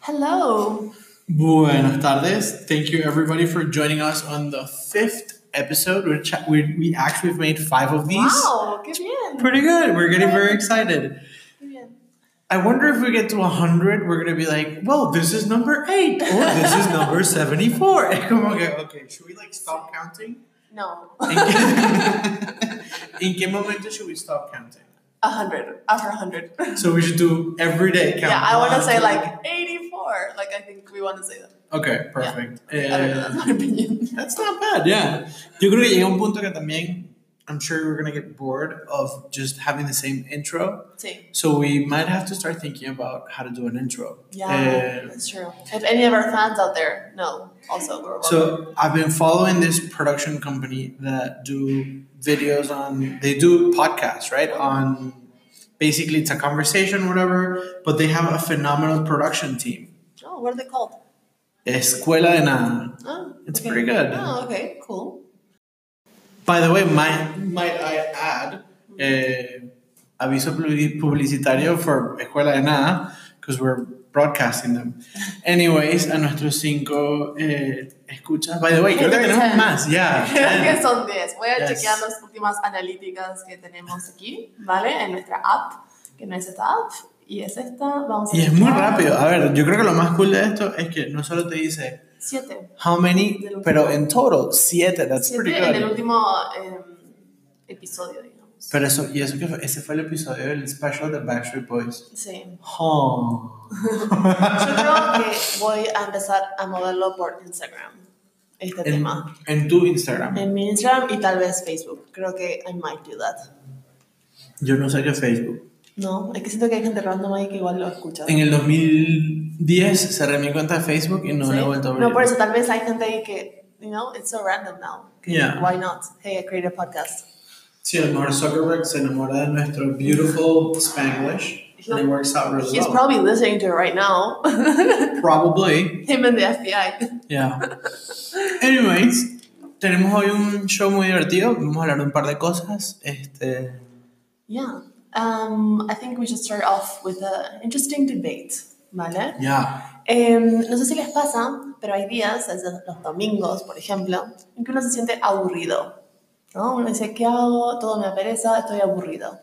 Hello. Buenas tardes. Thank you everybody for joining us on the fifth episode. We're ch- we, we actually have made five of these. Wow, qué bien. Pretty good. We're getting very excited. Qué bien. I wonder if we get to 100, we're going to be like, well, this is number eight, or this is number 74. Como que, okay, should we like stop counting? No. ¿En qué, ¿En qué momento should we stop counting? A hundred. After a hundred. So we should do every day count. Yeah, I want to One, say two. like 84. Like, I think we want to say that. Okay, perfect. I don't know. Eh, That's my opinion. That's not bad, yeah. Yo creo que llega un punto que también, I'm sure we're gonna get bored of just having the same intro. Sí. So we might have to start thinking about how to do an intro. Yeah, Eh, that's true. If any of our fans out there know, also, we're welcome. so I've been following this production company that do videos on, they do podcasts, right? On basically it's a conversation, whatever, but they have a phenomenal production team. Oh, what are they called? Escuela de Nada. Oh, It's okay. pretty good. Oh, okay, cool. By the way, might, might I add, eh, aviso publi- publicitario for Escuela de Nada, because we're broadcasting them. Anyways, a nuestros cinco eh, escuchas. By the way, creo que tenemos Ten. más, ya. Creo que ten. son 10. Voy a Yes. chequear las últimas analíticas que tenemos aquí, ¿vale? En nuestra app, que no es esta app, y es esta. Vamos a Y es muy chequear. rápido. A ver, yo creo que lo más cool de esto es que no solo te dice Siete. how many, pero en total, siete. That's Siete pretty en el good. último em, episodio, digamos. Pero eso, y eso que fue, ese fue el episodio del special de Backstreet Boys. Sí. Oh. Yo creo que voy a empezar a moverlo por Instagram, este en, tema. en tu Instagram. En mi Instagram y tal vez Facebook. Creo que I might do that. Yo no saqué Facebook. No, es que siento que hay gente random ahí que igual lo escucha. En el 2010 cerré mi cuenta de Facebook y no Sí. la he vuelto a abrir. No, por eso tal vez hay gente ahí que, you know, it's so random now. Que, Yeah. Why not? Hey, I created a podcast. Sí, el Mark Zuckerberg se enamora de nuestro beautiful Spanglish. And it works out really He's well. probably listening to it right now. Probably. Him and the FBI. Yeah. Anyways, tenemos hoy un show muy divertido. Vamos a hablar de un par de cosas. Este, Yeah. Um, I think we should start off with an interesting debate, ¿vale? yeah. Em, no sé si les pasa, pero hay días, desde los domingos, por ejemplo, en que uno se siente aburrido. ¿no? Uno dice, ¿qué hago? Todo me apereza, estoy aburrido.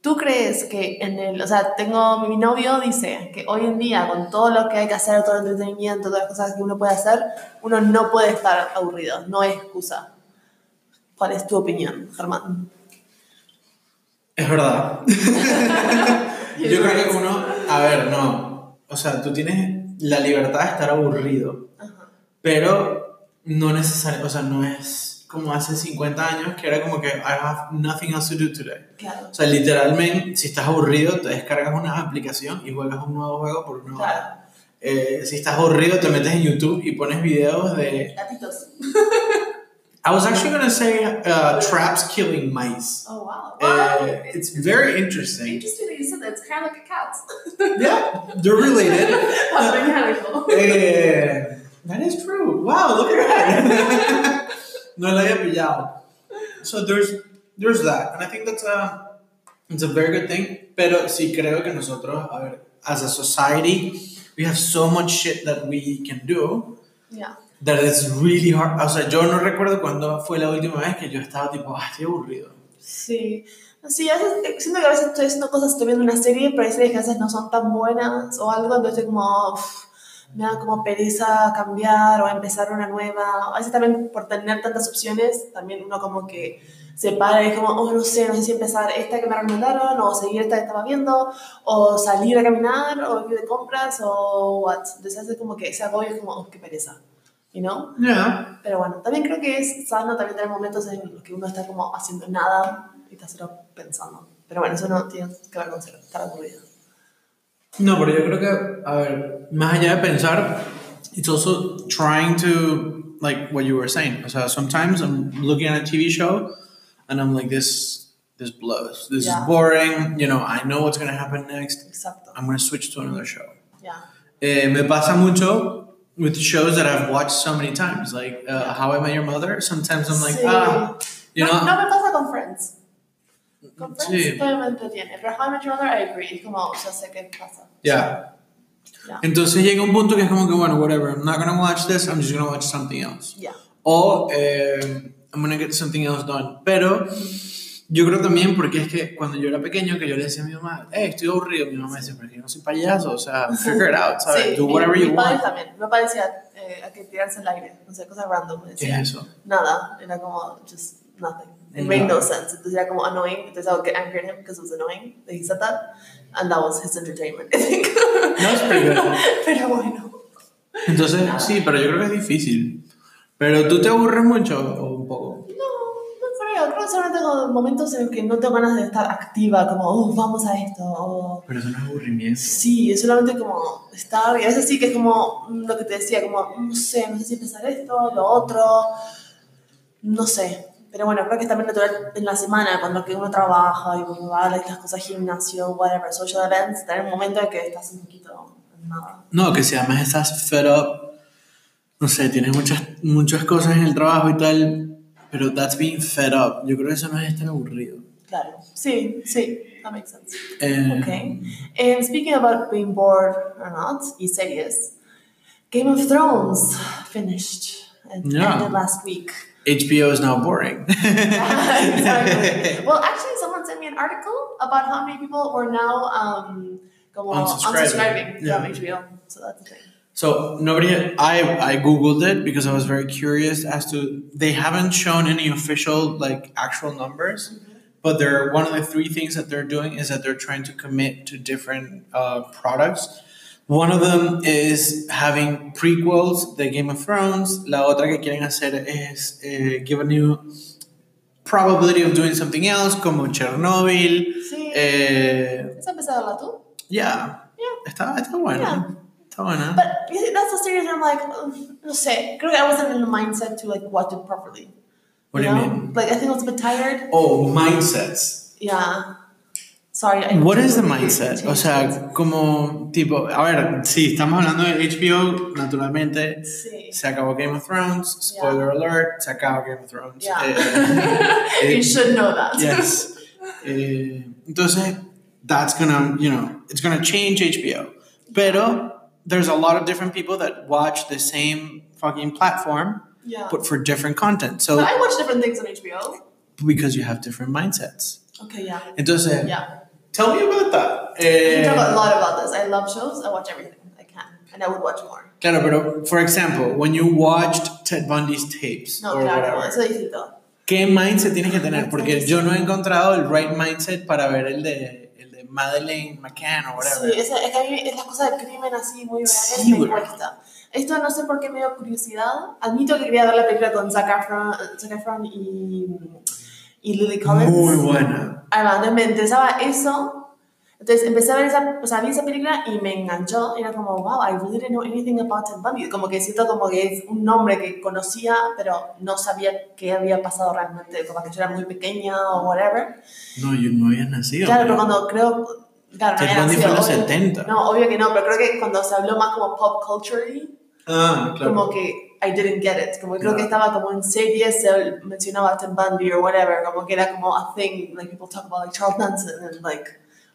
¿Tú crees que en el, o sea, tengo, mi novio dice que hoy en día, con todo lo que hay que hacer, todo el entretenimiento, todas las cosas que uno puede hacer, uno no puede estar aburrido, no hay excusa. ¿Cuál es tu opinión, Germán? Es verdad. Yo creo que uno, a ver, no. O sea, tú tienes la libertad de estar aburrido, Ajá. pero no necesario, o sea, no es como hace 50 años que era como que I have nothing else to do today. Claro. O sea, literalmente, si estás aburrido, te descargas una aplicación y juegas un nuevo juego por una hora. Claro. Eh, si estás aburrido, te metes en YouTube y pones videos de... Gatitos. I was actually going to say uh, traps killing mice. Oh, wow. Eh, it's very interesting. Interesting that you said that. It's kind of like a cat. Yeah, they're related. That's mechanical. Eh, that is true. Wow, look at that. no la había pillado. So there's there's that, and I think that's a it's a very good thing. Pero sí creo que nosotros, a ver, as a society, we have so much shit that we can do Yeah. that it's really hard. O sea, yo no recuerdo cuándo fue la última vez que yo estaba tipo, ah, estoy aburrido. Sí. Sí, a veces, eh, siento que a veces estoy haciendo cosas, estoy viendo una serie, pero hay series que a veces no son tan buenas o algo, entonces estoy como, "Uf, me da como pereza cambiar o empezar una nueva. A veces también por tener tantas opciones, también uno como que se para y es como, oh, no sé, no sé si empezar esta que me recomendaron o seguir esta que estaba viendo o salir a caminar o ir de compras o what. Entonces hace como que se agobia y es como, oh, qué pereza, you know? Yeah. Pero bueno, también creo que es sano también tener momentos en los que uno está como haciendo nada y está solo pensando. Pero bueno, eso no tiene que ver con ser- estar aburrido. No, pero yo creo que, a ver, más allá de pensar, it's also trying to, like what you were saying. O sea, sometimes I'm looking at a TV show and I'm like, this, this blows. This Yeah. is boring. You know, I know what's going to happen next. Exacto. I'm going to switch to another show. Ya. Eh, me pasa mucho with shows that I've watched so many times, like uh, How I Met Your Mother. Sometimes I'm like, Sí. ah, you no, know, no me pasa con Friends. Con Friends Sí. todavía me entretiene. Pero How I Met Your Mother, I agree. Es como, ya sé qué pasa. Yeah. Yeah. Entonces llega un punto que es como que, bueno, whatever, I'm not gonna watch this, I'm just gonna watch something else. Yeah. O eh, I'm gonna get something else done. Pero yo creo también porque es que cuando yo era pequeño, que yo le decía a mi mamá, hey, estoy aburrido, mi mamá me decía, pero que yo no soy payaso, o sea, figure it out, ¿sabes? Sí, Do mi- whatever mi, you padre want. también. Mi papá decía eh, a que tirarse al aire, no sé, cosas random. ¿Qué Decía, es eso? Nada, era como just nothing. It made no sense. Entonces era como annoying. Entonces I would get angry at him because it was annoying that he said that. And that was his entertainment, I think. No, es peligroso. Pero bueno. Entonces, sí, pero yo creo que es difícil. Pero tú te aburres mucho o un poco. No, no creo. Creo que solo tengo momentos en los que no tengo ganas de estar activa, como, oh, vamos a esto, o Pero eso no es aburrimiento. Sí, es solamente como estar, y a veces sí que es como mm, lo que te decía, como no sé, no sé si empezar esto, lo otro, no sé. Pero bueno, creo que es también natural en la semana, cuando que uno trabaja y uno va a las cosas, gimnasio, whatever, social events, tener un momento en que estás un poquito en nada. No, que si además estás fed up, no sé, tienes muchas, muchas cosas en el trabajo y tal, pero that's being fed up. Yo creo que eso no es tan aburrido. Claro, sí, sí, that makes sense. Eh, Okay. And speaking about being bored or not, y series, Game of Thrones finished and Yeah. ended last week. HBO is now boring. Exactly. well, actually, someone sent me an article about how many people were now um, go on, Unsubscribing. unsubscribing Yeah. from HBO. So that's the thing. so nobody, I, I googled it because I was very curious as to they haven't shown any official like actual numbers, but they're one of the three things that they're doing is that they're trying to commit to different uh, products. One of them is having prequels, the Game of Thrones. La otra que quieren hacer es eh, give a new probability of doing something else, como Chernobyl. Sí. Eh, ¿Has empezado la tú? yeah. Yeah. Está, está bueno. Yeah. Está buena. But you see, that's the series where I'm like, "Ugh, no sé. Creo que I wasn't in the mindset to like watch it properly. What do you know? mean? Like I think I was a bit tired. Oh, mindsets. Yeah. Sorry. I What is the totally mindset? O changed it. sea, como tipo, a ver, sí, estamos hablando de HBO, naturalmente, Sí. Se acabó Game of Thrones, spoiler alert, se acaba Game of Thrones. Yeah. Eh, eh, you should know that. yes. Eh, entonces, that's gonna, you know, it's gonna change HBO. Pero, there's a lot of different people that watch the same fucking platform, Yeah. but for different content. But So, I watch different things on HBO. because you have different mindsets. Okay, yeah. Entonces, Yeah. tell me about that. We Eh, talk a lot about this. I love shows. I watch everything I can, and I would watch more. claro, pero, for example, when you watched Ted Bundy's tapes No, or whatever. claro, eso distinto. ¿Qué mindset tienes que tener? Mindset, Porque sí. yo no he encontrado el right mindset para ver el de, el de Madeleine McCann o Sí, whatever. es, es que a mí es la cosa del crimen así muy Sí, reales me güey. cuesta. Esto no sé por qué me dio curiosidad. Admito que quería ver la película con Zac Efron, Zac Efron y, y Lily Collins. Muy buena. Además, entonces me interesaba eso. Entonces empecé a ver esa, o sea, vi esa película y me enganchó. Era como, wow, I really didn't know anything about Ted Bundy. Como que siento como que es un nombre que conocía, pero no sabía qué había pasado realmente. Como que yo era muy pequeña o whatever. No, yo no había nacido. Claro, pero cuando creo. Claro, no Ted había Bundy fue en nacido, los obvio- 70. No, obvio que no, pero creo que cuando se habló más como pop culture Ah, claro. como que I didn't get it. Como que creo No. que estaba como en series, se mencionaba Tim Bundy or whatever, como que era como a thing, like people talk about like Charles Manson and like,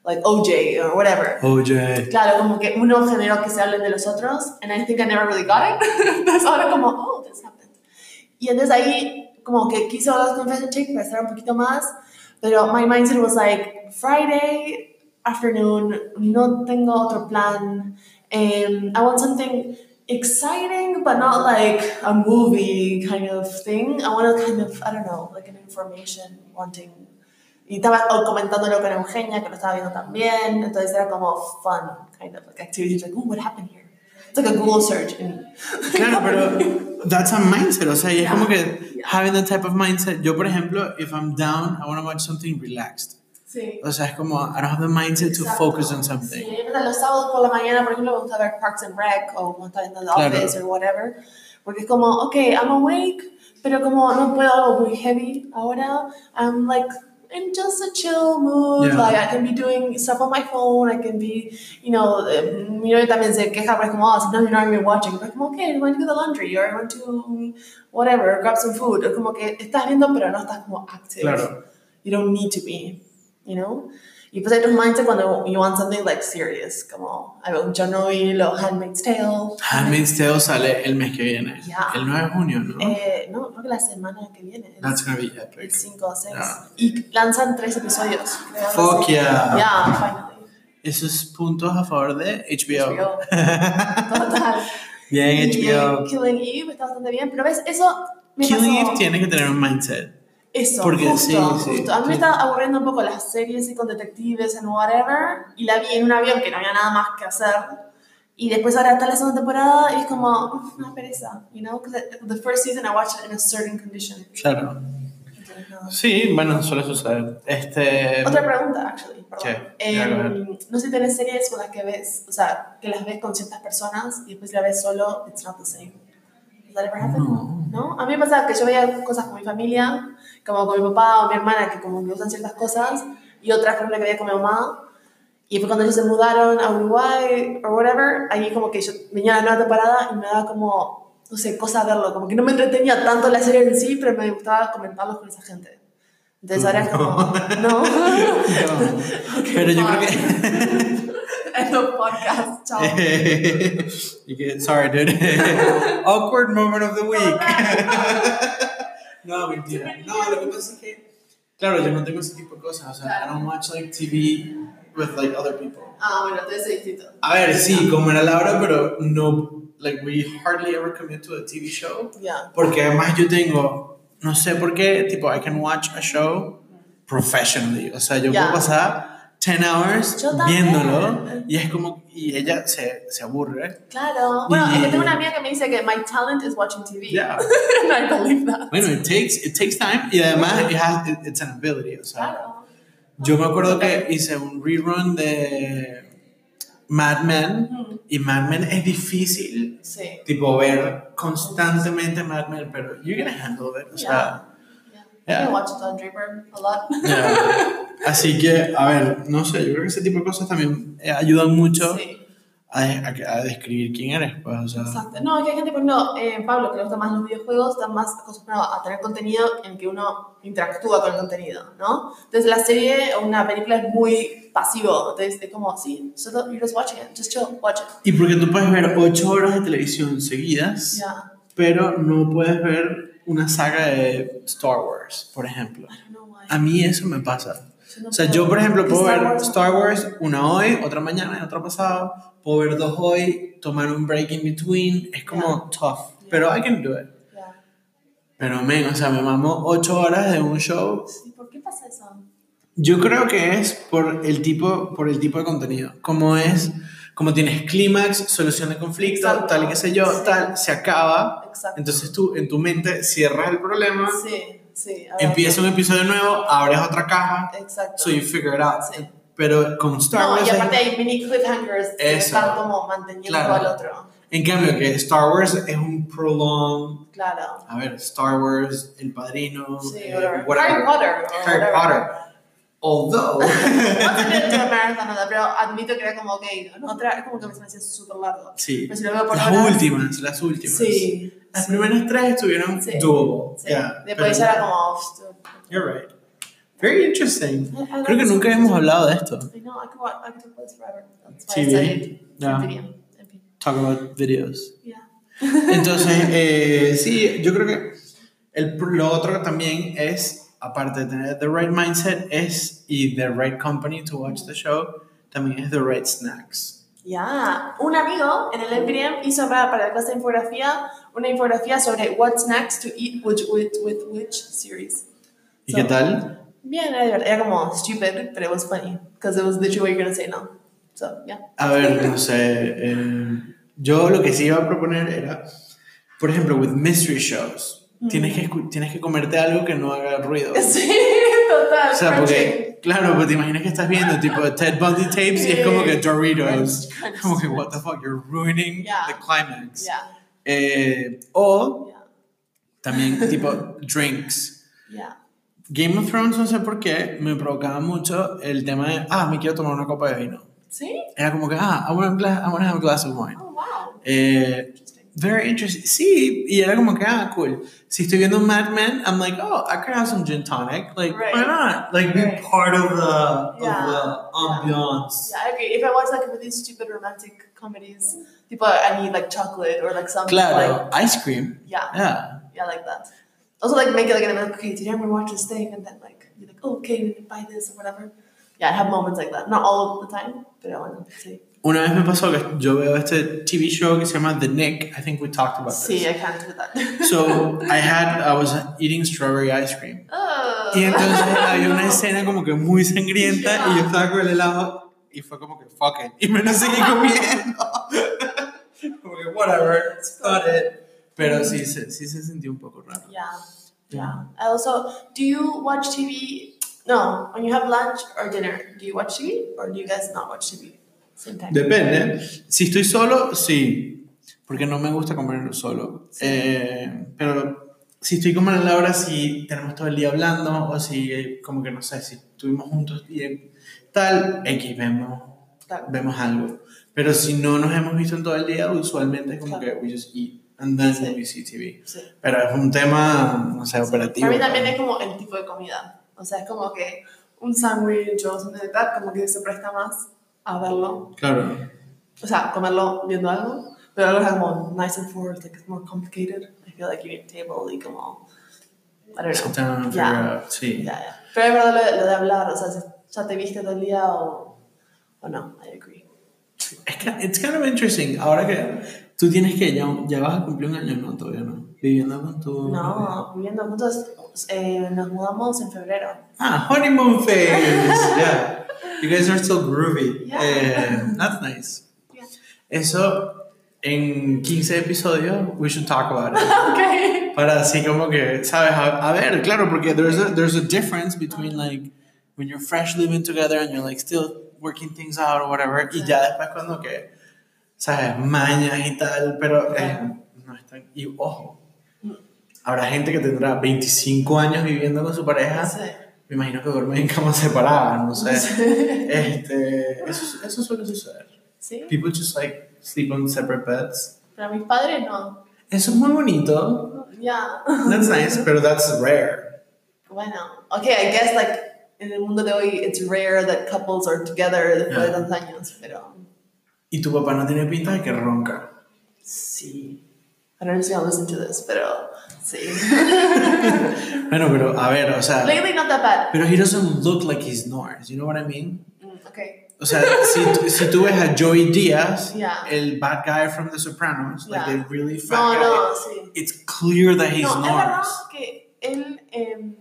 like OJ or whatever. Oye. Claro, como que uno generó que se hablen de los otros, and I think I never really got it. Entonces ahora como, oh, this happened. Y entonces ahí como que quise hablar con Fashion Chick para estar un poquito más, pero my mindset was like, Friday afternoon, no tengo otro plan, um, I want something exciting, but not like a movie kind of thing. I want to kind of, I don't know, like an information wanting y estaba o- comentándolo con Eugenia, que lo estaba viendo también. Entonces era como fun, kind of like activity. It's like, ooh, what happened here? It's like a Google search. And Claro, pero that's a mindset. O sea, y es Yeah. como que Yeah. having that type of mindset. Yo, por ejemplo, if I'm down, I want to watch something relaxed. sí. O sea, es como, I don't have the mindset to Exacto. focus on Sí, something. en verdad, los sábados por la mañana, por ejemplo, me gusta ver Parks and Rec o me gusta ver The Claro. Office or whatever. Porque es como, ok, I'm awake, pero como no puedo algo muy heavy ahora, I'm like in just a chill mood, Yeah. like I can be doing stuff on my phone, I can be, you know, eh, mi novio también se queja, pero es como, oh, sometimes you're not even watching, pero es como, okay, I want to do the laundry, or I want to, whatever, grab some food, es como que estás viendo, pero no estás como active. Claro. You don't need to be, you know? Y Y pues hay otros mindsets cuando you want something like serious, como I veo John O'Neill o Handmaid's Tale. Handmaid's Tale sale el mes que viene. Yeah. El 9 de junio, ¿no? Eh, no, creo que la semana que viene. el- That's gonna be epic. El 5 o 6. Yeah. Y lanzan tres episodios. creo, algo Fuck así. yeah. Yeah, finally. Esos puntos a favor de HBO. HBO. Total. Bien, Y, eh, HBO. Killing Eve está bastante bien, pero ves, eso me Killing pasó. Eve tiene que tener un mindset. Eso, Porque justo, sí, sí, justo. A mí sí. me estaba aburriendo un poco las series y con detectives en whatever, y la vi en un avión que no había nada más que hacer. Y después ahora está la segunda temporada y es como, "Uf, una pereza, you know? 'Cause the first season I watched it in a certain condition. Claro. Entonces, no. Sí, bueno, suele suceder. Este. Otra pregunta, actually, perdón. ¿Qué? Ya, Em, go ahead. no sé si tenés series con las que ves, o sea, que las ves con ciertas personas y después la ves solo, it's not the same. Has that ever happened? No. ¿no? A mí me pasaba que yo veía cosas con mi familia, como con mi papá o mi hermana, que como que usan ciertas cosas, y otras, por ejemplo, que veía con mi mamá. Y fue cuando ellos se mudaron a Uruguay o whatever, ahí como que yo venía la nueva temporada y me daba como, no sé, cosa verlo, como que no me entretenía tanto la serie en sí, pero me gustaba comentarlos con esa gente. Entonces ahora es como, no. No. Pero yo creo que. En los podcasts, chao. you get sorry, dude. Awkward moment of the week. no, mentira. No, lo que pasa es que, claro, yo no tengo ese tipo de cosas. O sea, I don't watch like TV with like other people. Ah, bueno, entonces es distinto. A ver, sí, como era Laura, pero no, like we hardly ever commit to a TV show. Yeah. Porque además yo tengo, no sé por qué, tipo, I can watch a show professionally. O sea, yo Ya. puedo pasar 10 hours Yo también. viéndolo y es como, y ella se, se aburre. Claro. Bueno, es que Y- tengo una amiga que me dice que my talent is watching TV. Yeah. And I believe that. Bueno, it takes, it takes time y además it has, it- it's an ability. O sea, Claro. yo me acuerdo que hice un rerun de Mad Men Ujú. y Mad Men es difícil Sí. tipo ver constantemente Mad Men, pero you're gonna handle it, o sea, Yeah. Yeah. I watch it on Dreamer a lot. yeah. así que, a ver, no sé, yo creo que ese tipo de cosas también eh, ayudan mucho Sí, a, a- a describir quién eres, pues, o sea, exacto. No, es que hay gente, pues no, eh, Pablo, que le gustan más los videojuegos, está más acostumbrado a tener contenido en que uno interactúa con el contenido, ¿no? Entonces la serie o una película es muy pasivo, entonces es como, sí, solo you're just watching it, just chill, watch it. y porque tú puedes ver ocho horas de televisión seguidas, Yeah. pero no puedes ver una saga de Star Wars, por ejemplo. I don't know why. A mí eso me pasa. no Ah, O sea, puedo. yo, por ejemplo, Porque puedo ver Wars- Star Wars una hoy, otra mañana, y otra pasado. Puedo ver dos hoy, tomar un break in between. Es como tough, Yeah. pero I can do it. Yeah. Pero, men, o sea, me mamó ocho horas de un show. Sí, ¿Por qué pasa eso? Yo creo que es por el tipo, por el tipo de contenido. Como es, como tienes clímax, solución de conflicto, Exacto. tal y qué sé yo, Sí. tal, se acaba. Exacto. Entonces tú, en tu mente, cierras el problema, Sí, sí. a ver. empieza un episodio nuevo, abres otra caja, Exacto. so you figure it out. Sí. Pero con Star no, Wars y es- aparte hay mini cliffhangers que Eso. están como manteniendo Claro. al otro. En cambio, que Star Wars es un prolong. Claro. A ver, Star Wars, El Padrino, Sí, eh, whatever. Harry whatever. Potter. or Harry whatever. Potter. Although, No se me dio marathon nada, pero admito que era como, ok, ¿no? otra, es como que se me hacía súper largo. sí, Pero si lo veo por las horas- últimas, las últimas. Sí. Las primeras tres estuvieron Sí. doable. sí. yeah, Después pero- ya era como, "Oh, "Uf, You're right. Very interesting. I- I like Creo que this nunca one. hemos hablado de esto. I know, I could watch, I could talk about this forever. That's why Sí, I bien. studied Ya. video. en fin. Talk about videos. Yeah. Entonces, eh, sí, yo creo que el, lo otro también es, aparte de tener the right mindset, es y the right company to watch the show, también es the right snacks. Ya, un amigo en el NPM hizo para, para la clase de infografía una infografía sobre what's next to eat with, with, with which series. ¿Y So- qué tal? Bien, era, divert- era como stupid, pero it was funny, because it was literally what you're going to say now. So, yeah. A ver, no sé. eh, yo lo que sí iba a proponer era, por ejemplo, with mystery shows, Mm. tienes, que, escu- tienes que comerte algo que no haga ruido. Sí, total. O sea, crunchy. porque, claro, pues te imaginas que estás viendo tipo Ted Bundy tapes y es como que Doritos. Como que, what the fuck, you're ruining Yeah. the climax. Yeah, Eh, o yeah, también tipo drinks. yeah. Game of Thrones, no sé por qué, me provocaba mucho el tema de, ah, me quiero tomar una copa de vino. ¿Sí? Era como que, ah, I want to have a glass of wine. Oh, wow. Eh, Interesting. very interesting. Sí, y era como que, ah, cool. Si estoy viendo Mad Men, I'm like, oh, I could have some gin tonic. Like, why Right. not? Like, be Right. part of the, Yeah. of the ambiance. Yeah, I agree. If I watch like really stupid romantic comedies, people, I need like chocolate or like something. Like, Claro, ice cream. yeah, Yeah. yeah, like that. Also, like make it like an event. Okay, did you ever watch this thing? And then like you're like, oh, okay, we can buy this or whatever. Yeah, I have moments like that. Not all of the time, but I want to say. Una vez me pasó que yo veo este TV show que se llama The Nick. I think we talked about this. See, I can't do that. So I had, I was eating strawberry ice cream. oh. Y entonces había una escena como que muy sangrienta y yo Ya. estaba con el helado y fue como que fuck it. Y me lo seguí comiendo. como que whatever, it's not it. Pero sí, se- sí se sintió un poco raro. Yeah, yeah. I also do you watch TV? No, when you have lunch or dinner, do you watch TV or do you guys not watch TV? Same time. Depende. Si estoy solo, sí. Porque no me gusta comer solo. Eh, pero si estoy como en la hora, si tenemos todo el día hablando o si eh, como que no sé, si estuvimos juntos y eh, tal, X vemos Claro. vemos algo. Pero si no nos hemos visto en todo el día, usualmente es como que we just eat and then Sí. we see TV. Sí. Pero es un tema, no sé, operativo. Para mí también es como el tipo de comida. O sea, es como que un sándwich o something like that, como que se presta más a verlo. Claro. O sea, comerlo viendo algo. Pero algo es como nice and forth, like it's more complicated. I feel like you need table y como. I don't know. Sit down and figure Ya. out, Sí. Ya, ya. Pero es verdad lo, lo de hablar, o sea, si ya te viste todo el día o, o no, I agree. Es que it's kind of interesting. Ahora que tú tienes que, ya, ya vas a cumplir un año, no, todavía no. Viviendo con tu. No, viviendo juntos, eh, nos mudamos en febrero. Ah, honeymoon phase. yeah. You guys are still groovy. Yeah. Eh, that's nice. Yeah. Eso, en 15 episodios, we should talk about it. ok. Para así como que, ¿sabes? A, a ver, claro, porque there's a, there's a difference between like when you're fresh living together and you're like still working things out or whatever y ya después cuando que, ¿sabes? Mañas y tal, pero eh, no es tan... Y ojo, habrá gente que tendrá 25 años viviendo con su pareja, me imagino que duermen en camas separadas, no sé. Este, eso, eso suele suceder. Sí, People just like sleep on separate beds. pero a mis padres no. Eso es muy bonito. Ya. That's nice, pero that's rare. Bueno, ok, I guess like en el mundo de hoy it's rare that couples are together después de Yeah. tantos años, pero Y tu papá no tiene pinta de que ronca. sí. I don't know if you'll listen to this, pero sí. Bueno, pero a ver, o sea. Lately not that bad. Pero he doesn't look like he snores, you know what I mean? Mm, ok. O sea, si, tú- si tú ves a Joey Diaz, Yeah. el bad guy from The Sopranos, like Yeah. the really fat No, guy, no, sí. it's clear that he No, es verdad snores. que él em,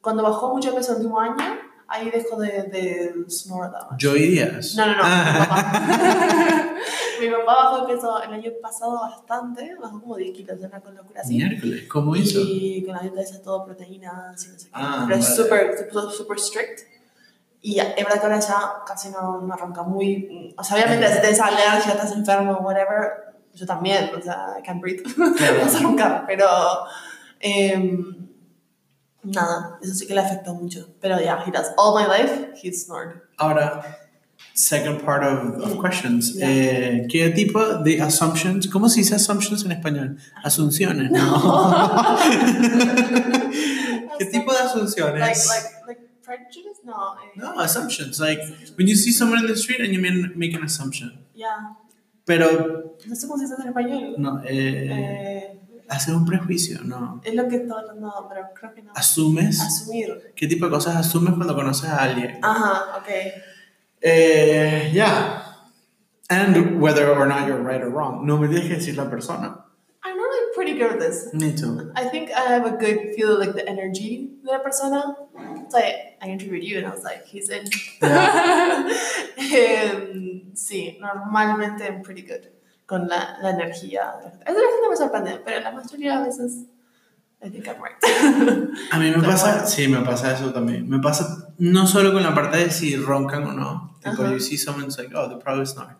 cuando bajó mucho peso el último año, ahí dejó de, de snore that much. Joey Diaz. No, no, no. Mi Ah. papá. mi papá bajó de peso el año pasado bastante, bajó como 10 kilos, una con locura así. Miércoles, ¿cómo hizo? Y con la dieta esa todo proteínas y no sé qué. Ah, Pero es vale. súper, se puso súper strict. Y ya- es verdad que ahora ya casi no, no arranca muy. O sea, obviamente si tienes alergia, estás enfermo, whatever, yo también, o sea, I can't breathe. Claro. no sé arrancar, pero. em, nada, eso sí que le afectó mucho. Pero ya, he does all my life, he snored. Ahora, second part of, of questions. Yeah. Eh, ¿Qué tipo de assumptions? ¿Cómo se dice assumptions en español? Ah. Asunciones. ¿Qué tipo de asunciones? Like, like, like prejudice? No. eh, no, assumptions. Like when you see someone in the street and you mean, make an assumption. Yeah. Pero No sé cómo se dice en español. no, eh, Eh, hacer un prejuicio, no. es lo que estoy hablando, pero creo Ah, que no. Asumes. Asumir. ¿Qué tipo de cosas asumes cuando conoces a alguien? Uh-huh, Ajá, ok. Eh, yeah. And whether or not you're right or wrong. No me tienes que decir la persona. I'm normally pretty good at this. Me too. I think I have a good feel like the energy de la persona. So I, I interviewed you and I was like, he's in. Em, sí, normalmente I'm pretty good con la, la energía. Es de la gente me sorprende, pero la mayoría de veces I think I'm right. A mí me Pero pasa, bueno. sí, me pasa eso también. Me pasa no solo con la parte de si roncan o no. Tipo, Ajá. you see someone, it's like, oh, they're probably snoring.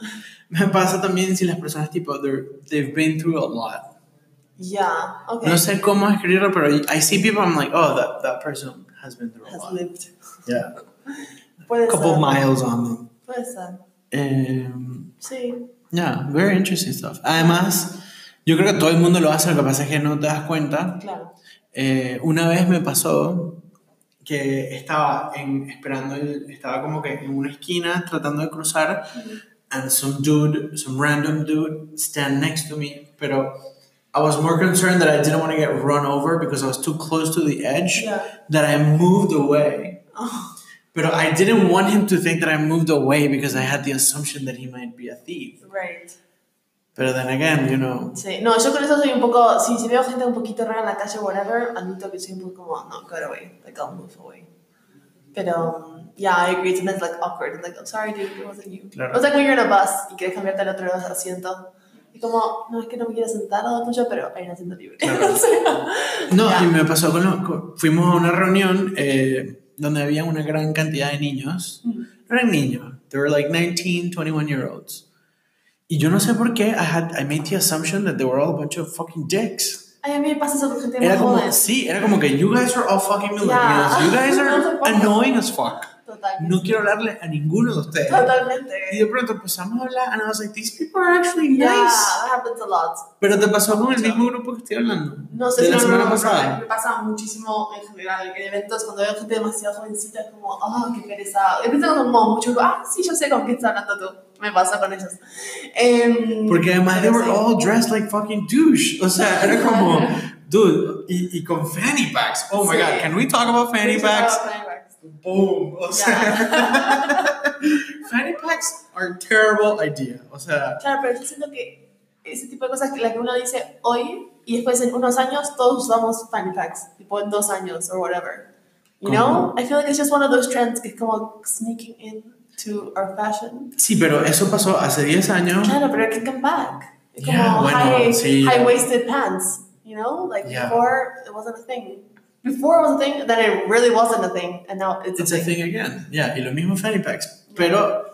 Me pasa también si las personas, tipo, they're- they've been through a lot. yeah, okay. No sé cómo escribirlo, pero I see people, I'm like, oh, that, that person has been through a Has lot. lived. Yeah. Puede A couple ser. miles on them. Puede ser. Um, Sí. yeah, very interesting stuff. Además, Yo creo que todo el mundo lo hace, lo que pasa es que no te das cuenta. Claro. Eh, una vez me pasó que estaba en- esperando, el- estaba como que en una esquina tratando de cruzar, and some dude, some random dude, stand next to me, pero I was more concerned that I didn't want to get run over because I was too close to the edge Yeah. that I moved away. Oh. But I didn't want him to think that I moved away because I had the assumption that he might be a thief. Right. But then again, you know, Sí, no, yo con eso soy un poco, si, si veo gente un poquito rara en la calle, whatever, admito que soy un poco como, no, get away, like I'll move away. Pero, um, yeah, I agree, sometimes like awkward, like, I'm sorry dude, it wasn't you. Claro. It's like when you're in a bus y quieres cambiarte al otro asiento. Y como, no, es que no me quiero sentar al lado tuyo, pero hay un asiento libre. Claro. O sea, No, Ya. y me pasó con, lo- con- Fuimos a una reunión eh, donde había una gran cantidad de niños. Mm. No eran niños. They were like 19, 21 year olds. Y yo no sé por qué I, had, I made the assumption that they were all a bunch of fucking dicks. Ay, a mí me pasa eso con gente muy Era como, joven. sí, era como que you guys are all fucking millennials. Ya. You guys No are soporto. annoying as fuck. Totalmente. No quiero hablarle a ninguno de ustedes. Y Totalmente. de pronto empezamos a hablar and I was like, these people are actually Yeah, nice. that happens a lot. Pero te pasó con el Mucho. mismo grupo que estoy hablando. No sé de si la no, semana no, no, pasada. no, me pasa muchísimo en general en eventos cuando veo gente demasiado jovencita es como, ah, qué pereza. Empiezan como mucho, ah, sí, yo sé con quién estás hablando tú. Me pasa con ellos. Em, Porque además they pero were sí. all dressed like fucking douche. O sea, era como, dude, y, y con fanny packs. Oh my Sí. god, can we talk about fanny Sí, packs? claro, fanny packs. Boom. O sea, fanny packs are a terrible idea. O sea, Claro, pero yo siento que ese tipo de cosas que la que uno dice hoy y después en unos años todos usamos fanny packs, tipo en dos años or whatever. You know? I feel like it's just one of those trends que es como sneaking in to our fashion. sí, pero eso pasó hace 10 años. Claro, pero it can come back. Es Como Yeah, bueno, high, sí. high waisted pants, you know? Like Yeah. before it wasn't a thing. Before it was a thing, then it really wasn't a thing, and now it's, It's a thing again. Yeah, y lo mismo fanny packs. Pero,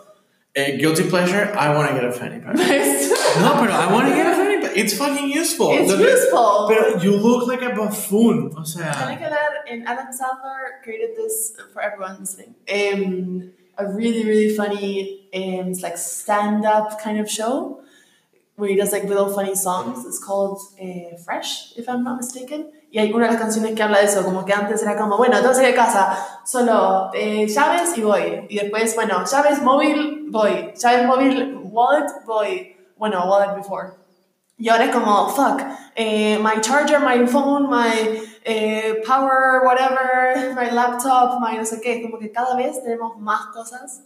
eh, guilty pleasure, I want to get a fanny pack. it's No, pero I want to get a fanny pack. It's fucking useful. Lo que- useful. Pero you look like a buffoon. O sea. Can I get that? And Adam Sandler created this for everyone listening. Um, a really, really funny, um, it's like stand-up kind of show where he does like little funny songs. It's called eh, Fresh, if I'm not mistaken. Y hay una de las canciones que habla de eso, como que antes era como, bueno, tengo que salir de casa, solo eh, llaves y voy. Y después, bueno, llaves móvil, voy. Llaves móvil, wallet, voy. Bueno, wallet before. Y ahora es como, fuck, eh, my charger, my phone, my eh, power, whatever, my laptop, my no sé qué. Como que cada vez tenemos más cosas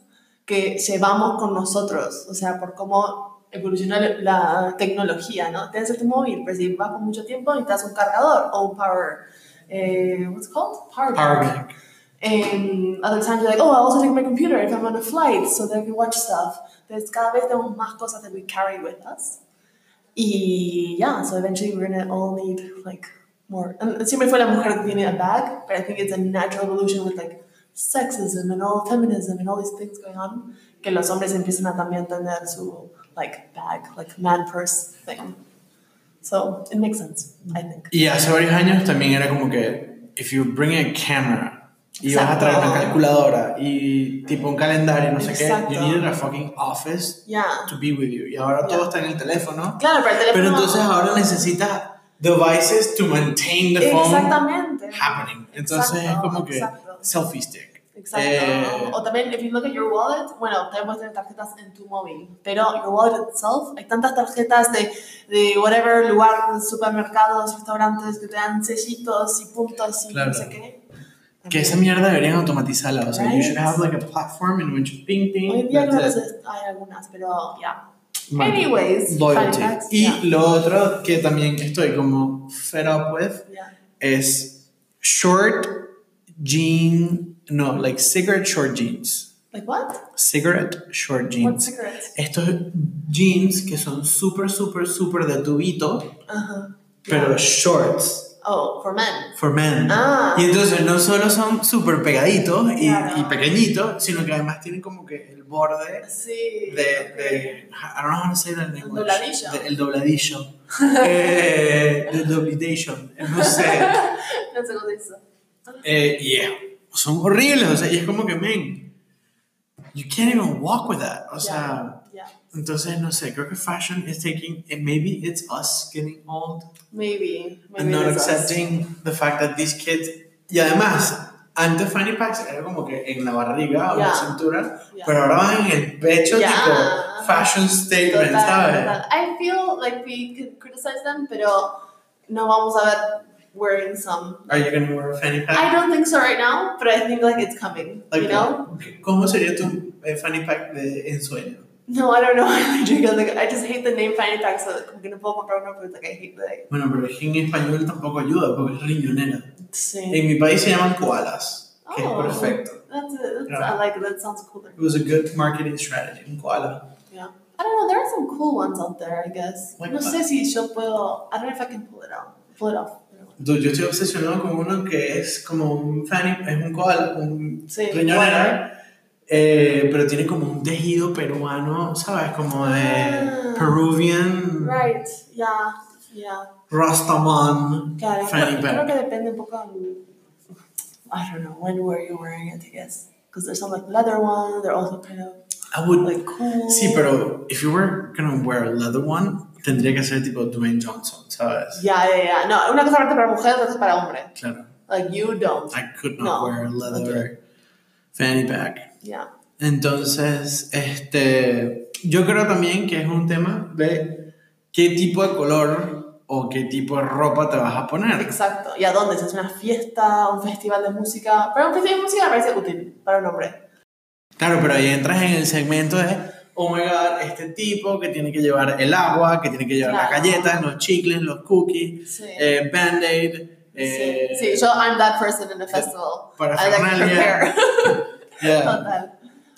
que llevamos con nosotros. O sea, por cómo evoluciona la tecnología, ¿no? Tienes tu móvil, pero si vas por mucho tiempo necesitas un cargador o un power. Eh, what's it called? Power Power bank. bank. Um, other times you're like, oh, I also take my computer if I'm on a flight so that I can watch stuff. There's cada vez tenemos más cosas that we carry with us. Y yeah, so eventually we're gonna all need like more. And siempre fue la mujer que tiene a bag, but I think it's a natural evolution with like sexism and all feminism and all these things going on. Que los hombres empiezan a también tener su like bag, like man purse thing. So it makes sense, I think. Y hace varios años también era como que, if you bring a camera, y vas a traer una Exacto. calculadora, y tipo un calendario, no sé qué, Exacto. you needed a fucking office Yeah. to be with you. Y ahora todo está en el teléfono, Claro, pero el teléfono. pero entonces ahora necesitas devices to maintain the phone Exactamente. happening. Entonces es Exacto, como que exacto. selfie stick. Exacto. Eh, o también, if you look at your wallet, bueno, también puedes tener tarjetas en tu móvil, pero your wallet itself, hay tantas tarjetas de, de whatever lugar, supermercados, restaurantes, que te dan sellitos y puntos y Claro. no sé qué. que esa mierda deberían automatizarla. O sea, you Right. should have like a platform in which ping ping. Hoy en día that's creo que it. se- hay algunas, pero ya. Bueno, Anyways, loyalty. Halifax, Y yeah. lo otro que también estoy como fed up with Yeah. es short jean, no, like cigarette short jeans. Like what? Cigarette short What jeans. cigarettes? Estos jeans que son súper, súper, súper de tubito, Ajá. pero shorts Oh, for men. for men. Ah. Y entonces no solo son súper pegaditos y, Claro. y pequeñitos, sino que además tienen como que el borde Sí. de, de I don't know how to say that in English. Dobladillo. De- el dobladillo. eh, the doblation. No sé. No sé cómo se dice. Eh, yeah. Son horribles. O sea, y es como que, men, you can't even walk with that. O sea, Yeah. Entonces, no sé, creo que fashion is taking, and maybe it's us getting old Maybe. maybe and not it is us. accepting the fact that these kids. Y además, antes Fanny Packs era como que en la barriga o en Yeah. la cintura, Yeah. pero ahora van en el pecho, Yeah. tipo fashion statement, Total, ¿sabes? total. I feel like we could criticize them, pero no vamos a ver wearing some. Are you gonna wear a fanny pack? I don't think so right now, but I think like it's coming. Like, You know? ¿Cómo sería tu eh, fanny pack de ensueño? No, I don't know. I drink. I was like, I just hate the name Fanny Pack, so like, I'm gonna pull my brown up. Like I hate that. Bueno, pero es que en español tampoco ayuda porque es riñonera. Same. En mi país se llaman koalas, que Oh. es perfecto. That's it. That's, Yeah. I like it. That sounds cooler. It was a good marketing strategy, un koala. I don't know. There are some cool ones out there, I guess. Like no what? sé si yo puedo. I don't know if I can pull it out. Pull it off. I don't know. Dude, yo estoy obsesionado con uno que es como un fanny, es un koala, un Sí. whatever. riñonera, eh, pero tiene como un tejido peruano, ¿sabes? Como de Ah. Peruvian Right. Yeah. Yeah. Rastaman. Got it. Fanny Creo- pack. Creo que depende un poco. um, I don't know. When were you wearing it? I guess because there's some like leather ones. They're also kind of I would like cool. Sí, pero if you were gonna wear a leather one, tendría que ser tipo Dwayne Johnson, ¿sabes? Ya, ya, ya. No, una cosa aparte para mujer, otra cosa para hombre. Claro. Like you don't. I could not No, wear a leather fanny pack. Yeah. Entonces, este, yo creo también que es un tema de qué tipo de color o qué tipo de ropa te vas a poner. Exacto. ¿Y a dónde? Si es una fiesta, un festival de música. Pero un festival de música me parece útil para un hombre. Claro, pero ahí entras en el segmento de, oh my god, este tipo que tiene que llevar el agua, que tiene que llevar las Claro. galletas, los chicles, los cookies, Sí. eh, band-aid, eh, sí. sí, yo I'm that person in a festival. para I like to prepare. Yeah. Total.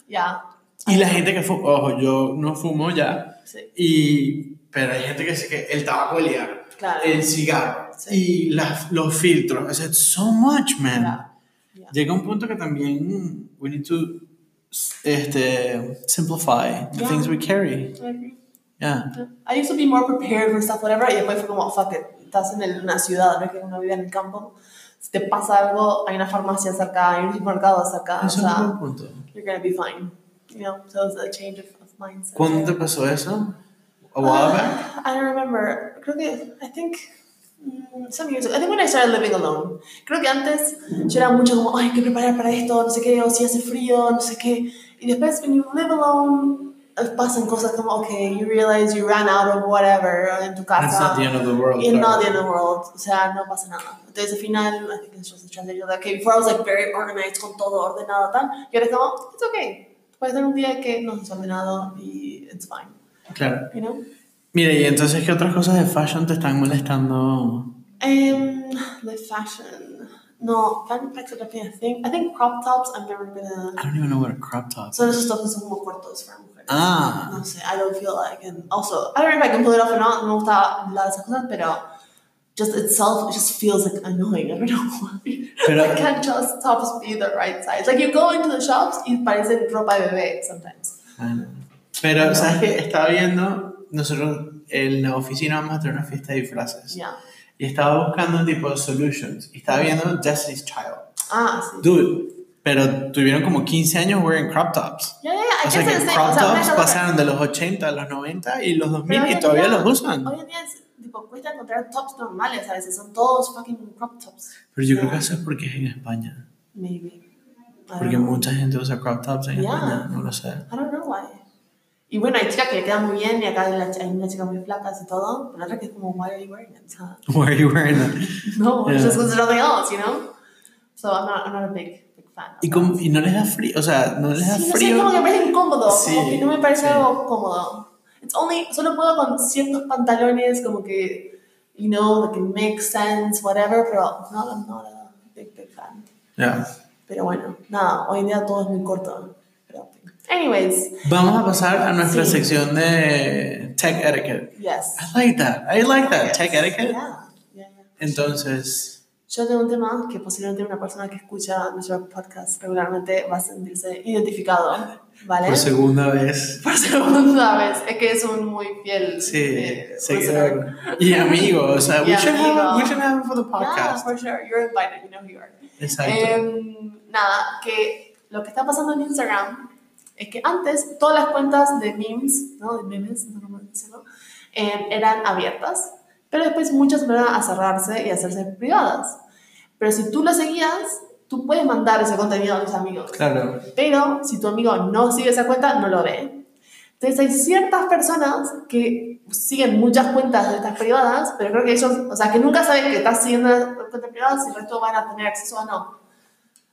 Yeah. Y la gente que fuma, ojo, yo no fumo ya, Sí, y, pero hay gente que dice que el tabaco es legal, claro. el cigarro Sí. y las, los filtros, o sea, it's so much, man. Yeah. Yeah. Llega un punto que también mm, we need to este, simplify the Yeah. things we carry. I agree. Yeah. Yeah. I used to be more prepared for stuff, whatever, y después fue como, fuck it, estás en el- una ciudad, no es que uno vive en el campo, si te pasa algo, hay una farmacia cerca, hay un supermercado cerca, o Eso es un sea, buen punto. you're gonna be fine, you know, so it's a change of, of mindset. ¿Cuándo te pasó eso? ¿A while back? Uh, I don't remember. Creo que, I think, mm, some years ago. I think when I started living alone. Creo que antes yo era mucho como, ay, hay que preparar para esto, no sé qué, o si hace frío, no sé qué. Y después, when you live alone, eh, pasan cosas como, okay, you realize you ran out of whatever en tu That's not the casa. end of the world. In claro. not the end of the world, o sea, no pasa nada. Entonces al final, I think it's just a translation. Like, okay, before I was like very organized, con todo ordenado, tal. Y ahora es como, it's okay. Puede ser un día que no es ordenado y it's fine, Claro. you know? Mira, y entonces, ¿qué otras cosas de fashion te están molestando? Um, the fashion. No, fanny packs are definitely a thing. I think crop tops. I'm never I gonna. don't even know what a crop top. So esos tops que son como cortos para mujeres. Ah. No sé. I don't feel like, and also I don't know if I can pull it off or not. No me gusta hablar de esas cosas, pero just itself, it just feels like annoying. I don't know why. Pero- I can't just tops be the right size. Like you go into the shops, y parecen ropa de bebé sometimes. Bueno. Ah, Pero, ¿sabes qué? Estaba viendo, nosotros en la oficina vamos a tener una fiesta de disfraces. Yeah. Y estaba buscando tipo solutions. Y estaba viendo Destiny's Child. Ah, sí. Dude, pero tuvieron como 15 años wearing crop tops. Yeah, yeah, yeah. I O sea guess que it's the same. crop Ah, O sea, una tops cosa- pasaron de los 80 a los 90 y los 2000 hoy y en todavía día- los usan. Hoy en día es, tipo, cuesta encontrar tops normales a veces, son todos fucking crop tops. Pero yo creo que eso es porque es en España. Maybe. I Porque don't know. mucha gente usa crop tops en Yeah. España, no lo sé. I don't know why. Y bueno, hay chicas que le quedan muy bien y acá hay, la- hay una chica muy flaca y todo, pero otra que es como, why are you wearing it? O sea, Where are you wearing that? no, Yeah. it's just because there's nothing else, you know? So I'm not, I'm not a big, big fan. ¿Y, cómo- y no les da frío, o sea, no les da Sí, no sé, frío. como que me parece incómodo, Sí, como que no me parece sí. algo cómodo. It's only, solo puedo con ciertos pantalones, como que, you know, like it makes sense, whatever, pero no, I'm not a big, big fan. Ya. Pero bueno, nada, hoy en día todo es muy corto. pero- anyways, Vamos a pasar a nuestra Ah, Sí. sección de tech etiquette. yes. I like that. I like that. Tech etiquette. Yeah, yeah, yeah. Entonces, Yo tengo un tema que posiblemente una persona que escucha nuestro podcast regularmente va a sentirse identificado, ¿vale? por segunda vez. Por segunda vez, es que es un muy fiel Sí, eh, listener. seguidor. Y amigo, o sea, we, Y should have, amigo. Ah. we should have him for the Yeah, podcast. for sure. You're invited. You know who you are. Exacto. Em, nada, que lo que está pasando en Instagram es que antes todas las cuentas de memes, ¿no? De memes, no sé cómo decirlo, eh, eran abiertas, pero después muchas fueron a cerrarse y a hacerse privadas. Pero si tú lo seguías, tú puedes mandar ese contenido a tus amigos. Claro. Pero si tu amigo no sigue esa cuenta, no lo ve. Entonces hay ciertas personas que siguen muchas cuentas de estas privadas, pero creo que ellos, o sea, que nunca saben que estás siguiendo las cuentas privadas si el resto van a tener acceso o no.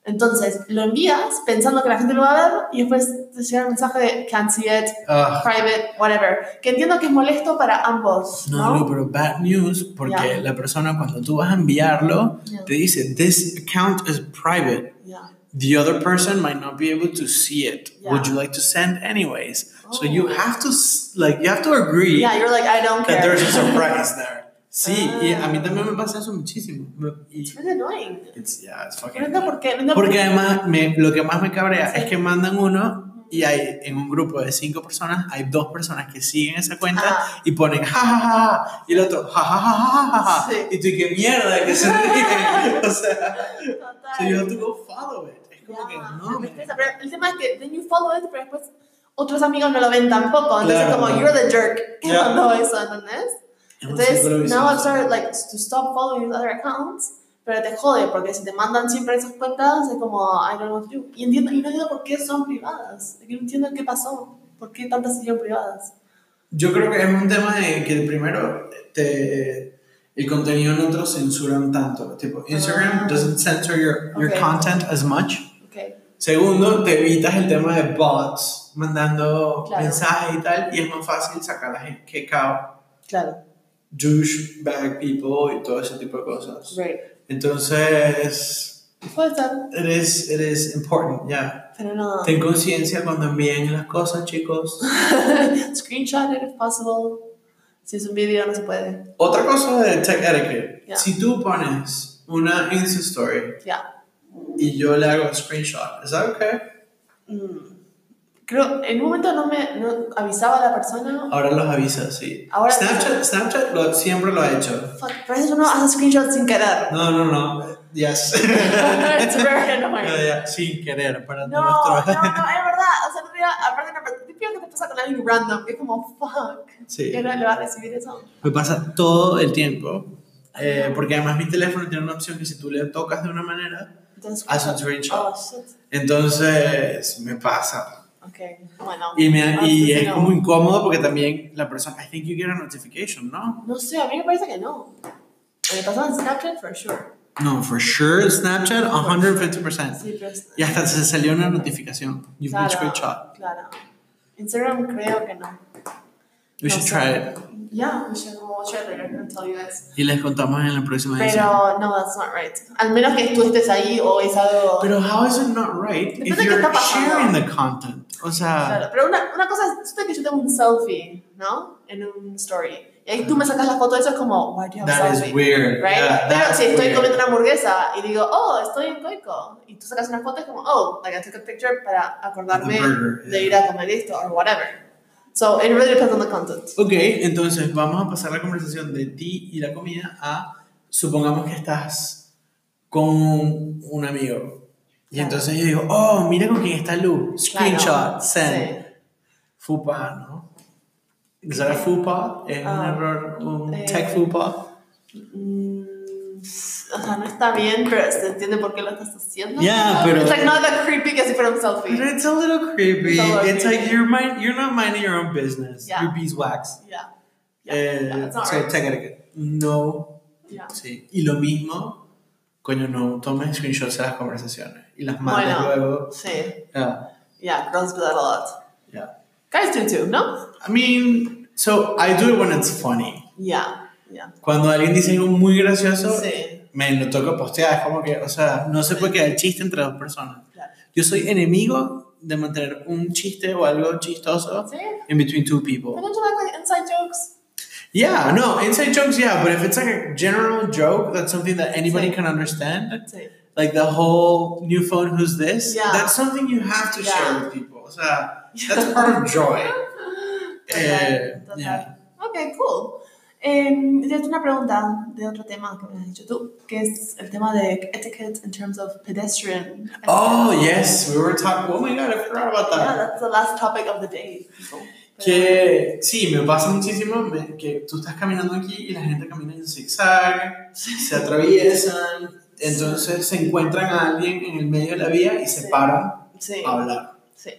Entonces lo envías pensando que la gente lo va a ver y después te llega el mensaje de can't see it, Ah, private, whatever. Que entiendo que es molesto para ambos, no, ¿no? no, pero bad news porque Ya. la persona cuando tú vas a enviarlo Ya. te dice this account is private. Yeah. The other person might not be able to see it. Would Yeah. you like to send anyways? So you Oh. have to s- like you have to agree Yeah, you're like, I don't care. that there's a surprise there. Sí, y a mí Ah. también me pasa eso muchísimo. Me- It's Y really annoying. it's, yeah, it's No fucking entiendo por qué. No entiendo por Porque qué. además me- lo que más me cabrea Sí. es que mandan uno y hay en un grupo de cinco personas hay dos personas que siguen esa cuenta Ah. y ponen ja ja ja, ja", y el otro ja ja ja ja ja, ja". Sí. y tú qué mierda que se ríen o sea Total. so you have to go follow it es como que Ya, no me man. estresa, pero el tema es que then you follow it, pero después otros amigos no lo ven tampoco. Entonces Claro. como you're the jerk que Ya. mandó eso, ¿entendés? Es un Entonces círculo now I've vicioso. started like to stop following other accounts, pero te jode porque si te mandan siempre esas cuentas es como I don't know what to do. Y entiendo y no entiendo por qué son privadas. Yo no entiendo qué pasó, por qué tantas siguieron privadas. Yo creo que es un tema de que primero te, el contenido no te lo censuran tanto. Tipo, Instagram Ah. doesn't censor your, your Ok. content as much. Okay. Segundo, te evitas el tema de bots mandando Claro. mensajes y tal, y es más fácil sacar a la gente que cao, Claro. douchebag people y todo ese tipo de cosas. Great. Entonces, Puede ser, it is, it is important, yeah. pero no. Ten conciencia cuando envíen las cosas, chicos. Screenshot it if possible. Si es un video no se puede. Otra cosa de tech etiquette. Ya. Si tú pones una Insta story Ya. y yo le hago un screenshot, ¿es okay? Mm. Creo, en un momento no me no avisaba a la persona. Ahora los avisa, sí. Ahora- Snapchat, Snapchat lo- siempre lo ha hecho. Fuck, pero eso no hace screenshots sin querer. No, no, no. Yes. It's very Ya, annoying. ya, Sin querer, para No, no, no, es nuestro. verdad. O sea, no diga, aparte una persona, típico que te pasa con alguien random, que es como, fuck, Sí. yo no le va a recibir eso. Me pasa todo el tiempo. eh, porque además mi teléfono tiene una opción que si tú le tocas de una manera, Entonces, hace Ah, un screenshot. oh, shit. Entonces, me pasa. Ok, bueno. Y, me- Ah, y sí, es no. como incómodo porque también la persona, I think you get a notification, ¿no? No sé, a mí me parece que no. Me pasó en Snapchat, for sure. No, for sure, Snapchat, 150%. Sí, pero es- Y hasta se salió una notificación. You've been screenshot. Claro. Instagram creo que no. We No should sé. try it. Yeah, we should watch it later and tell you guys. Y les contamos en la próxima edición. Pero no, that's not right. Al menos que tú estés ahí o es algo. Pero how is it not right Depende if de qué you're está pasando. sharing the content? O sea, Claro, pero una, una cosa es tú sabes que yo tengo un selfie, ¿no? En un story. Y ahí tú me sacas la foto, eso es como, why do you have a that is selfie? weird. Right? Yeah, pero that's si estoy weird. comiendo una hamburguesa y digo, oh, estoy en Coico, y tú sacas una foto, es como, oh, like I took a picture para acordarme The burger, de yeah. ir a comer esto, or whatever. So it really depends on the content. Ok, entonces vamos a pasar la conversación de ti y la comida a supongamos que estás con un amigo. Y Claro. entonces yo digo, oh, mira con quién está Lu. Screenshot, Claro, send. Fupa, ¿no? ¿Será fupa? ¿Es un Ah, error? ¿Un eh. tech um, fupa? sí. Mm, o sea, no está bien, pero se entiende por qué lo estás haciendo. Yeah, pero- It's like not that creepy que si fuera un selfie. But it's a little It's creepy. It's, a little creepy. like you're, mind, you're not minding your own business. Yeah. Your beeswax. Yeah. Yeah. Eh, yeah, it's not so, right. tech etiquette. No Yeah. Sí, y lo mismo, coño, no tomes screenshots de las conversaciones y las mandes Bueno. luego. Sí. Yeah. Yeah, girls do that a lot. Yeah. Guys do too, ¿no? I mean, so I do it when it's funny. Yeah. Yeah. Cuando alguien dice algo muy gracioso, Sí. me lo toca postear. Es como que, o sea, no se puede quedar el chiste entre dos personas. Claro. Yo soy enemigo de mantener un chiste o algo chistoso Sí. in between two people. But don't you like, like inside jokes? Yeah, no, inside jokes, yeah, but if it's like a general joke, that's something that anybody Sí. can understand. Sí. like the whole new phone who's this Yeah. that's something you have to Yeah. share with people so that's part of joy Total, Eh, total. yeah. Okay, cool. Em, yo tengo una pregunta de otro tema que me has dicho tú, que es el tema de etiquette in terms of pedestrian. Oh, yes, we were talking. Oh my god, I forgot about Yeah, that. that's the last topic of the day. people. Que sí, me pasa muchísimo me- que tú estás caminando aquí y la gente camina en zigzag, se atraviesan, entonces se encuentran a alguien en el medio de la vía y se Sí. paran Sí, a hablar. sí.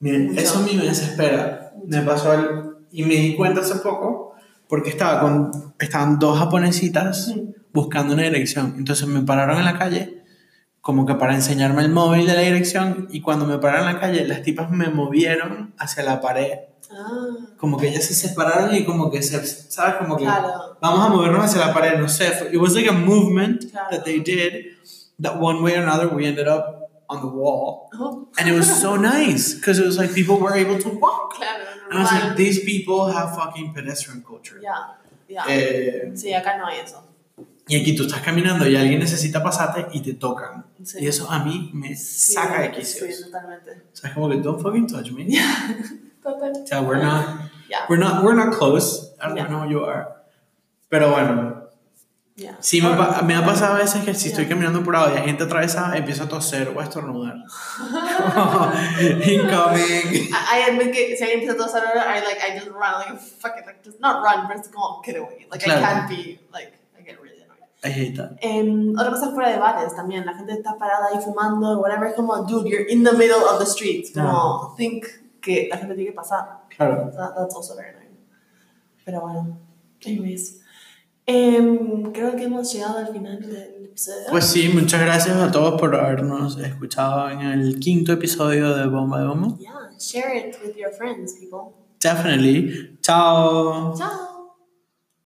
Miren, Mucho. eso a mí me desespera. Me pasó el- y me di cuenta hace poco porque estaba con estaban dos japonesitas Mm. buscando una dirección. Entonces me pararon en la calle como que para enseñarme el móvil de la dirección y cuando me pararon en la calle las tipas me movieron hacia la pared. Ah, Como que ellas se separaron y como que se sabes como que claro. vamos a movernos hacia la pared, no sé. fue- It was like a movement Claro. that they did that one way or another we ended up on the wall. Oh, And it was so nice because it was like people were able to walk. claro, And I was like, normal. these people have fucking pedestrian culture. Ya, ya. Eh, Sí, acá no hay eso. y aquí tú estás caminando y alguien necesita pasarte y te tocan. Sí. Y eso a mí me Sí, saca de quicio. Sí, totalmente. O sea, es como que don't fucking touch me. Total. O sea, we're not, Ya, we're not, we're not close. I don't Yeah. know who you are. Pero bueno, ya. sí me, pa- me ha pasado a veces que si estoy Yeah. caminando por ahí y hay gente atravesada, empiezo a toser o a estornudar. Incoming. I, I admit que si alguien empieza a toser ahora, I like I just run like fucking like just not run, but just go get away. Like Claro. I can't be like I get really annoyed. I hate that. Em, otra cosa fuera de bares también, la gente está parada ahí fumando, whatever, es como, dude, you're in the middle of the street, como, think que la gente tiene que pasar, Claro. That- that's also very annoying. Pero bueno, anyways, Em, creo que hemos llegado al final del episodio. Pues sí, muchas gracias a todos por habernos escuchado en el quinto episodio de Bomba de Bomba. yeah, share it with your friends, people. Definitely. Chao. Chao.